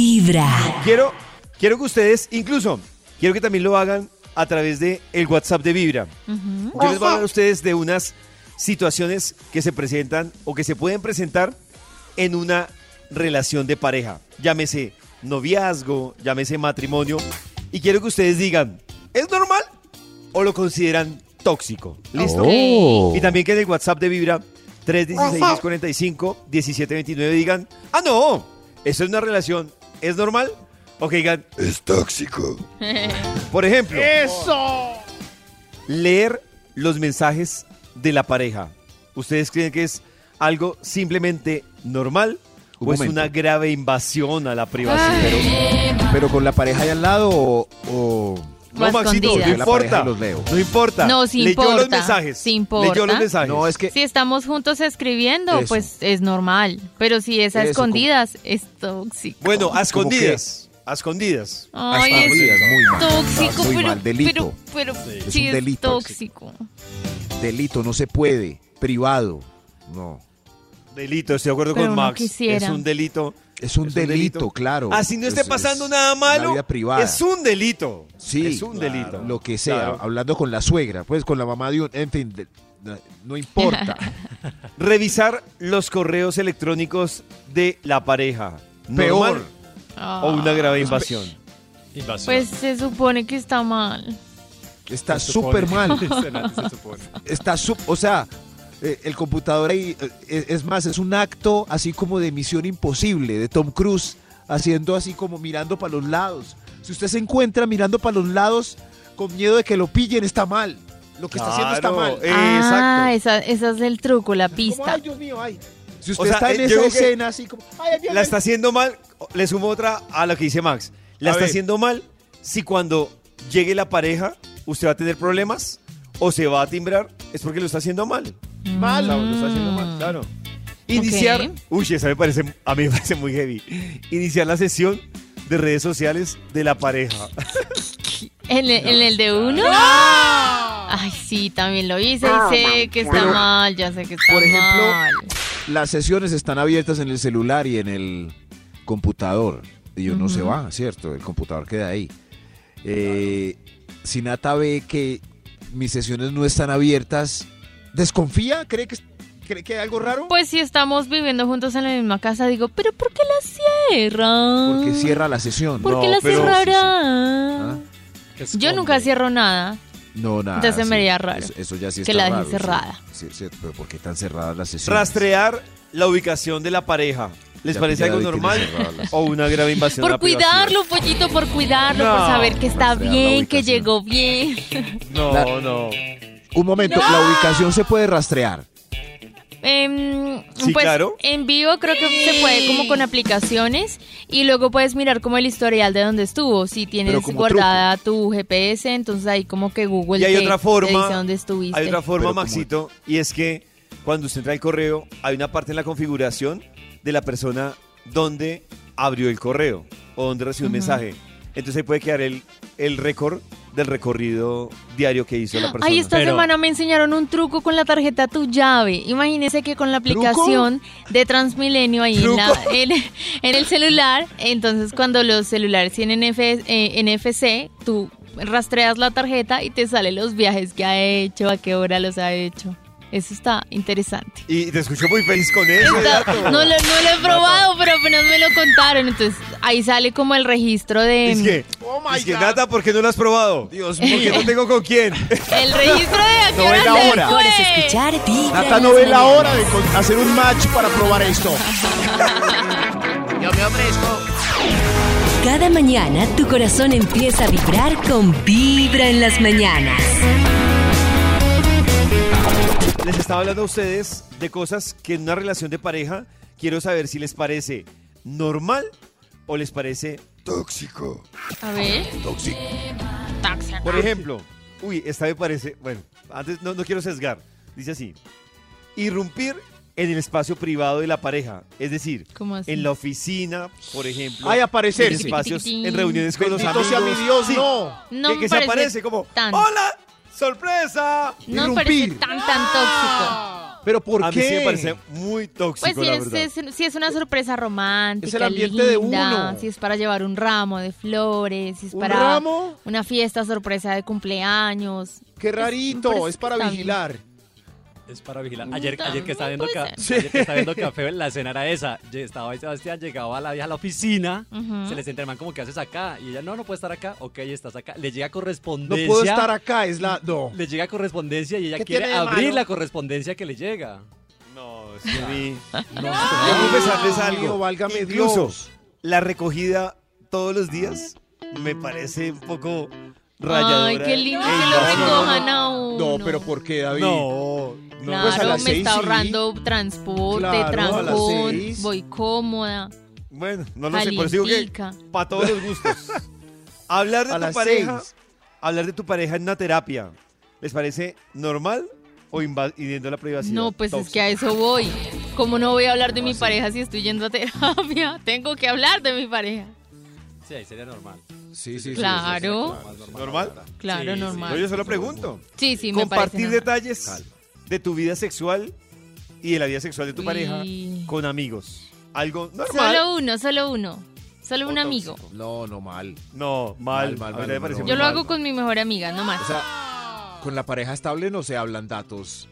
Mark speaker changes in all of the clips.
Speaker 1: Vibra.
Speaker 2: Quiero, quiero que ustedes, incluso, quiero que también lo hagan a través de el WhatsApp de Vibra. Yo les voy a hablar a ustedes de unas situaciones que se presentan o que se pueden presentar en una relación de pareja. Llámese noviazgo, llámese matrimonio. Y quiero que ustedes digan, ¿es normal o lo consideran tóxico? ¿Listo?
Speaker 3: Oh.
Speaker 2: Y también que en el WhatsApp de Vibra 316-45-1729 digan, ah, no, eso es una relación, ¿es normal? O que digan,
Speaker 4: Es tóxico.
Speaker 2: por ejemplo,
Speaker 5: ¡Eso!
Speaker 2: leer los mensajes de la pareja. ¿Ustedes creen que es algo simplemente normal
Speaker 3: Un
Speaker 2: o es
Speaker 3: momento.
Speaker 2: una grave invasión a la privacidad?
Speaker 3: Pero con la pareja ahí al lado o. o-
Speaker 2: No,
Speaker 6: Más
Speaker 2: Maxito, no
Speaker 6: escondidas.
Speaker 3: La pareja
Speaker 2: importa.
Speaker 3: los leo.
Speaker 2: No importa.
Speaker 6: No, sí
Speaker 2: Leyó los
Speaker 6: importa,
Speaker 2: mensajes.
Speaker 6: sí importa.
Speaker 2: Leyó los mensajes.
Speaker 3: No, es que.
Speaker 6: Si estamos juntos escribiendo,
Speaker 3: Eh, Eso.
Speaker 6: pues es normal. Pero si es a
Speaker 3: Eso,
Speaker 6: escondidas, es tóxico.
Speaker 2: Bueno, a
Speaker 3: ¿Cómo qué?
Speaker 2: escondidas. A escondidas.
Speaker 6: Ay,
Speaker 3: hasta
Speaker 6: es
Speaker 3: escondidas, muy mal.
Speaker 6: tóxico,
Speaker 3: Muy
Speaker 6: pero,
Speaker 3: mal, delito.
Speaker 6: pero, pero sí,
Speaker 3: un
Speaker 6: es,
Speaker 3: delito.
Speaker 6: tóxico.
Speaker 3: Delito, no se puede. Privado. No.
Speaker 2: Delito, estoy de acuerdo
Speaker 6: Pero
Speaker 2: con
Speaker 6: uno
Speaker 2: Max.
Speaker 6: quisiera.
Speaker 2: Es un delito.
Speaker 3: Es un, delito, claro.
Speaker 2: Así no esté
Speaker 3: Es-
Speaker 2: pasando
Speaker 3: es
Speaker 2: nada malo.
Speaker 3: La vida privada.
Speaker 2: Es un delito.
Speaker 3: Sí,
Speaker 2: Es un delito.
Speaker 3: Lo que sea.
Speaker 2: Claro.
Speaker 3: Hablando con la suegra, pues con la mamá de un. En fin, de- no- no importa.
Speaker 2: Revisar los correos electrónicos de la pareja.
Speaker 3: Peor. Pues,
Speaker 2: ¿Normal
Speaker 3: Oh,
Speaker 2: O una grave invasión.
Speaker 5: Invasión.
Speaker 6: Ah, Pues se supone que está mal.
Speaker 3: Está
Speaker 5: Se supone.
Speaker 3: súper mal.
Speaker 5: Se- se supone.
Speaker 3: está sub, o sea, eh, el computador ahí, eh, es, es más, es un acto así como de misión imposible, de Tom Cruise, haciendo así como mirando para los lados. Si usted se encuentra mirando para los lados con miedo de que lo pillen, está mal. Lo que está haciendo está
Speaker 2: Claro,
Speaker 3: mal.
Speaker 2: eh,
Speaker 6: Ah,
Speaker 2: exacto.
Speaker 6: esa, esa es el truco, la
Speaker 3: Es como,
Speaker 6: pista.
Speaker 3: ay, Dios mío, ay. Si usted
Speaker 2: O sea,
Speaker 3: está en
Speaker 2: eh, yo
Speaker 3: esa
Speaker 2: creo que
Speaker 3: escena así como, ay, ay, ay,
Speaker 2: La
Speaker 3: ay.
Speaker 2: está haciendo mal, le sumo otra a lo que dice Max. La
Speaker 5: A
Speaker 2: está
Speaker 5: ver.
Speaker 2: haciendo mal si cuando llegue la pareja usted va a tener problemas o se va a timbrar, es porque lo está haciendo mal.
Speaker 3: mal.
Speaker 2: Claro, lo está haciendo mal, claro. Iniciar,
Speaker 6: Ok.
Speaker 2: uy, esa me parece, a mí me parece muy heavy. Iniciar la sesión de redes sociales de la pareja.
Speaker 6: ¿En, el, en el de uno? Ay, sí, también lo hice y sé que está
Speaker 3: Pero,
Speaker 6: mal, ya sé que está
Speaker 3: por ejemplo,
Speaker 6: mal.
Speaker 3: Las sesiones están abiertas en el celular y en el computador. Y uno se va, ¿cierto? El computador queda ahí. Eh, Si Nata ve que mis sesiones no están abiertas, ¿desconfía? ¿Cree que, cree que hay algo raro?
Speaker 6: Pues si estamos viviendo juntos en la misma casa, digo, pero ¿por qué la cierran?
Speaker 3: Porque cierra la sesión.
Speaker 6: ¿Por qué
Speaker 2: No,
Speaker 6: la
Speaker 2: pero-
Speaker 3: Ah,
Speaker 6: cerrarán? pues, Yo
Speaker 5: Esconde.
Speaker 6: nunca cierro nada.
Speaker 3: No, nada.
Speaker 6: Entonces me veía raro
Speaker 3: Eso, eso ya sí
Speaker 6: que
Speaker 3: está
Speaker 6: la dejen
Speaker 3: raro, sí.
Speaker 6: cerrada.
Speaker 3: Sí, sí, pero ¿por qué están cerradas las sesiones?
Speaker 2: Rastrear la ubicación de la pareja. ¿Les
Speaker 3: Ya
Speaker 2: parece
Speaker 3: pillado
Speaker 2: algo
Speaker 3: y tiene
Speaker 2: normal
Speaker 3: cerradas las-
Speaker 2: o una grave invasión? a
Speaker 6: Por
Speaker 2: la privacidad?
Speaker 6: cuidarlo, pollito, por cuidarlo,
Speaker 2: No, pues,
Speaker 6: por saber que está
Speaker 3: rastrear la
Speaker 6: bien, que
Speaker 3: ubicación.
Speaker 6: llegó bien.
Speaker 2: No, no.
Speaker 3: Un momento, la ubicación se puede rastrear.
Speaker 6: Em,
Speaker 2: Sí,
Speaker 6: pues
Speaker 2: claro.
Speaker 6: en vivo creo que se puede como con aplicaciones y luego puedes mirar como el historial de donde estuvo. Si tienes
Speaker 3: como
Speaker 6: guardada tu GPS, entonces ahí como que Google
Speaker 2: Y hay
Speaker 6: te,
Speaker 2: otra
Speaker 6: te
Speaker 2: forma.
Speaker 6: dice dónde estuviste.
Speaker 2: Hay otra forma,
Speaker 3: Pero como-
Speaker 2: Maxito, y es que cuando usted entra al correo, hay una parte en la configuración de la persona donde abrió el correo o donde recibió un mensaje. Entonces ahí puede quedar el, el récord del recorrido diario que hizo la persona.
Speaker 6: Ay, esta
Speaker 5: Pero-
Speaker 6: semana me enseñaron un truco con la tarjeta tu llave. Imagínense que con la
Speaker 3: ¿Truco?
Speaker 6: aplicación de Transmilenio ahí en, la-
Speaker 2: ¿Truco?
Speaker 6: en- en el celular, entonces cuando los celulares tienen F- eh, NFC, tú rastreas la tarjeta y te salen los viajes que ha hecho, a qué hora los ha hecho. Eso está interesante.
Speaker 2: Y te escucho muy feliz con eso.
Speaker 6: Está- no, lo, no lo he probado, pero apenas me lo contaron. Entonces ahí sale como el registro de...
Speaker 2: Es que,
Speaker 6: Oh
Speaker 2: es que Nata, ¿por qué no lo has probado? Dios mío. Porque no tengo con quién.
Speaker 6: El registro de... a qué
Speaker 3: No es
Speaker 6: hora
Speaker 3: la
Speaker 6: se
Speaker 3: hora.
Speaker 6: fue.
Speaker 1: Puedes escuchar Vibra.
Speaker 3: Nata
Speaker 1: en
Speaker 3: no
Speaker 1: las
Speaker 3: ve la
Speaker 1: mañanas.
Speaker 3: hora de con- hacer un match para probar esto.
Speaker 1: Cada mañana tu corazón empieza a vibrar con Vibra en las mañanas.
Speaker 2: Les estaba hablando a ustedes de cosas que en una relación de pareja quiero saber si les parece normal o les parece
Speaker 4: Tóxico.
Speaker 6: A ver.
Speaker 4: Tóxico.
Speaker 6: taxa.
Speaker 2: Por ejemplo, uy, esta me parece, bueno, antes no, no quiero sesgar, dice así, irrumpir en el espacio privado de la pareja, es decir,
Speaker 6: ¿Cómo así?
Speaker 2: en la oficina, por ejemplo,
Speaker 3: Ay,
Speaker 2: en
Speaker 3: aparecerse.
Speaker 2: espacios,
Speaker 6: Tiquitín.
Speaker 2: en reuniones con los
Speaker 3: Bendito
Speaker 2: amigos,
Speaker 3: sea mi Dios,
Speaker 2: sí,
Speaker 3: no.
Speaker 6: No
Speaker 2: que,
Speaker 6: me
Speaker 2: que se
Speaker 6: parece
Speaker 2: aparece como,
Speaker 6: tan-
Speaker 2: hola, sorpresa,
Speaker 6: No me parece
Speaker 3: Irrumpir. Ah.
Speaker 6: tan tan tóxico.
Speaker 3: Pero ¿por
Speaker 2: a
Speaker 3: qué?
Speaker 2: mí sí me parece muy tóxico,
Speaker 6: Pues si
Speaker 2: la
Speaker 6: es,
Speaker 2: verdad.
Speaker 6: es- si es una sorpresa romántica,
Speaker 3: Es el ambiente de
Speaker 6: linda,
Speaker 3: uno.
Speaker 6: si es para llevar un ramo de flores, si es
Speaker 3: ¿Un
Speaker 6: para
Speaker 3: ramo?
Speaker 6: una fiesta sorpresa de cumpleaños.
Speaker 3: Qué rarito,
Speaker 6: parece
Speaker 3: es para
Speaker 6: tan-
Speaker 3: vigilar.
Speaker 5: Es para vigilar. Ayer, ayer que estaba viendo,
Speaker 6: puede
Speaker 5: ca-
Speaker 3: ser.
Speaker 5: ayer que estaba viendo café, la escena era esa. Ye- Estaba ahí Sebastián, llegaba la vieja a la oficina,
Speaker 6: Ujú.
Speaker 5: se les enterman como que haces acá. Y ella, no, no puede estar acá. Ok, estás acá. Le llega
Speaker 3: No
Speaker 5: correspondencia.
Speaker 3: puedo estar acá, es la... No.
Speaker 5: Le llega correspondencia y ella
Speaker 3: ¿Qué
Speaker 5: quiere
Speaker 3: tiene de
Speaker 5: abrir
Speaker 3: malo?
Speaker 5: la correspondencia que le llega.
Speaker 2: No, es que a mí-
Speaker 3: Ay,
Speaker 2: Debo confesarles
Speaker 3: Dios mío,
Speaker 2: algo.
Speaker 3: válgame
Speaker 2: Incluso
Speaker 3: Dios.
Speaker 2: la recogida todos los días me parece un poco rayadora.
Speaker 6: Ay, qué lindo
Speaker 2: e
Speaker 6: que lo
Speaker 2: invasiva.
Speaker 6: recojan a uno.
Speaker 3: No, pero ¿por qué, David?
Speaker 5: No.
Speaker 3: No,
Speaker 6: Claro,
Speaker 3: pues a las
Speaker 6: me
Speaker 3: seis
Speaker 6: está
Speaker 3: sí.
Speaker 6: ahorrando transporte,
Speaker 3: Claro, a las
Speaker 6: transporte,
Speaker 3: seis.
Speaker 6: voy cómoda,
Speaker 2: Bueno, no lo sé, por eso digo que
Speaker 6: calientica.
Speaker 2: para todos los gustos. hablar
Speaker 3: A
Speaker 2: de tu
Speaker 3: las
Speaker 2: pareja,
Speaker 3: seis.
Speaker 2: hablar de tu pareja en una terapia, ¿les parece normal o invadiendo la privacidad?
Speaker 6: No, pues es
Speaker 2: Tóxico.
Speaker 6: que a eso voy. ¿Cómo no voy a hablar de mi pareja si estoy yendo a terapia? Tengo que hablar de mi pareja.
Speaker 5: Sí, ahí sería normal.
Speaker 3: Sí, sí, sí,
Speaker 6: Claro.
Speaker 3: sí, sí, sí.
Speaker 2: normal.
Speaker 6: Claro,
Speaker 5: Sí, sí.
Speaker 2: No, yo
Speaker 6: normal.
Speaker 2: solo pregunto.
Speaker 6: Sí, sí, me parece.
Speaker 2: Compartir
Speaker 6: normal.
Speaker 2: detalles
Speaker 3: Calma.
Speaker 2: de tu vida sexual y de la vida sexual de tu
Speaker 6: Uy.
Speaker 2: pareja con amigos. Algo normal.
Speaker 6: Solo uno, solo uno. Solo un
Speaker 2: O
Speaker 6: amigo.
Speaker 3: No, no mal.
Speaker 2: No, mal.
Speaker 3: Mal, mal,
Speaker 2: A mí
Speaker 3: mal,
Speaker 2: me
Speaker 3: mal,
Speaker 2: parece
Speaker 3: mal.
Speaker 2: muy
Speaker 6: Yo lo
Speaker 2: mal.
Speaker 6: hago con mi mejor amiga, no más.
Speaker 3: O sea, con la pareja estable no se hablan datos.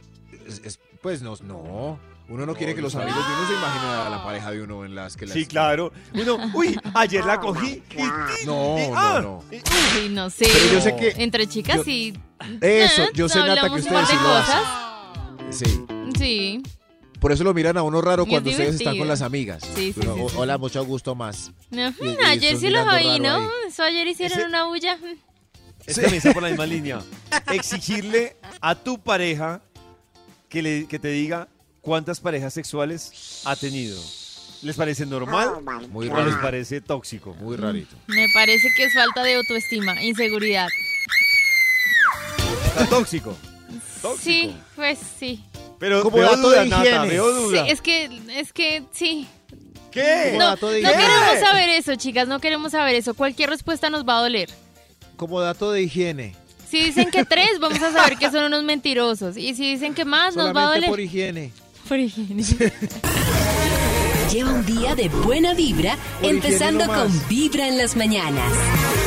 Speaker 3: Es- es- pues no, no. Uno no quiere que los amigos de uno se imaginen a la pareja de uno en las que las...
Speaker 2: Sí, claro. Uno, uy, ayer la cogí. y- y-
Speaker 3: No,
Speaker 2: y-
Speaker 3: no,
Speaker 2: ah,
Speaker 3: no.
Speaker 2: y-
Speaker 6: Sí, no sé.
Speaker 3: Pero yo sé que...
Speaker 6: Entre chicas
Speaker 3: yo-
Speaker 6: sí.
Speaker 3: Eso,
Speaker 6: Ah,
Speaker 3: yo sé, Nata, que
Speaker 6: hablamos un par
Speaker 3: ustedes sí
Speaker 6: de
Speaker 3: lo hacen.
Speaker 6: cosas.
Speaker 3: Sí.
Speaker 6: Sí.
Speaker 3: Por eso lo miran a uno raro
Speaker 6: Y es
Speaker 3: cuando ustedes están
Speaker 6: divertido.
Speaker 3: con las amigas.
Speaker 6: Sí, sí,
Speaker 3: Uno,
Speaker 6: sí,
Speaker 3: "Oh,
Speaker 6: sí,
Speaker 3: Hola, mucho gusto más.
Speaker 6: No,
Speaker 3: Y- y
Speaker 6: ayer
Speaker 3: estás
Speaker 6: sí los
Speaker 3: mirando
Speaker 6: oí,
Speaker 3: raro
Speaker 6: ¿no? Eso ayer hicieron una bulla.
Speaker 2: Este también está por la misma línea. Exigirle a tu pareja que, le, que te diga cuántas parejas sexuales ha tenido. ¿Les parece normal
Speaker 3: Muy
Speaker 2: o les
Speaker 3: raro.
Speaker 2: parece tóxico?
Speaker 3: Muy
Speaker 6: Mm.
Speaker 3: rarito.
Speaker 6: Me parece que es falta de autoestima, inseguridad.
Speaker 2: Está tóxico.
Speaker 6: Sí, pues sí.
Speaker 2: Pero
Speaker 3: Como
Speaker 2: veo
Speaker 3: dato
Speaker 2: duda,
Speaker 3: de
Speaker 2: Nata,
Speaker 3: higiene.
Speaker 2: veo
Speaker 6: Sí,
Speaker 2: duda.
Speaker 6: es que, es que, sí.
Speaker 2: ¿Qué?
Speaker 3: Como
Speaker 6: No, no
Speaker 3: dato de higiene.
Speaker 6: queremos saber eso, chicas, no queremos saber eso. Cualquier respuesta nos va a doler.
Speaker 3: Como dato de higiene.
Speaker 6: Si dicen que tres, vamos a saber que son unos mentirosos. Y si dicen que más, nos va a
Speaker 3: Solamente
Speaker 6: doler.
Speaker 3: por higiene.
Speaker 6: Por higiene.
Speaker 1: Lleva un día de buena vibra,
Speaker 3: Por higiene
Speaker 1: empezando
Speaker 3: nomás.
Speaker 1: con Vibra en las mañanas.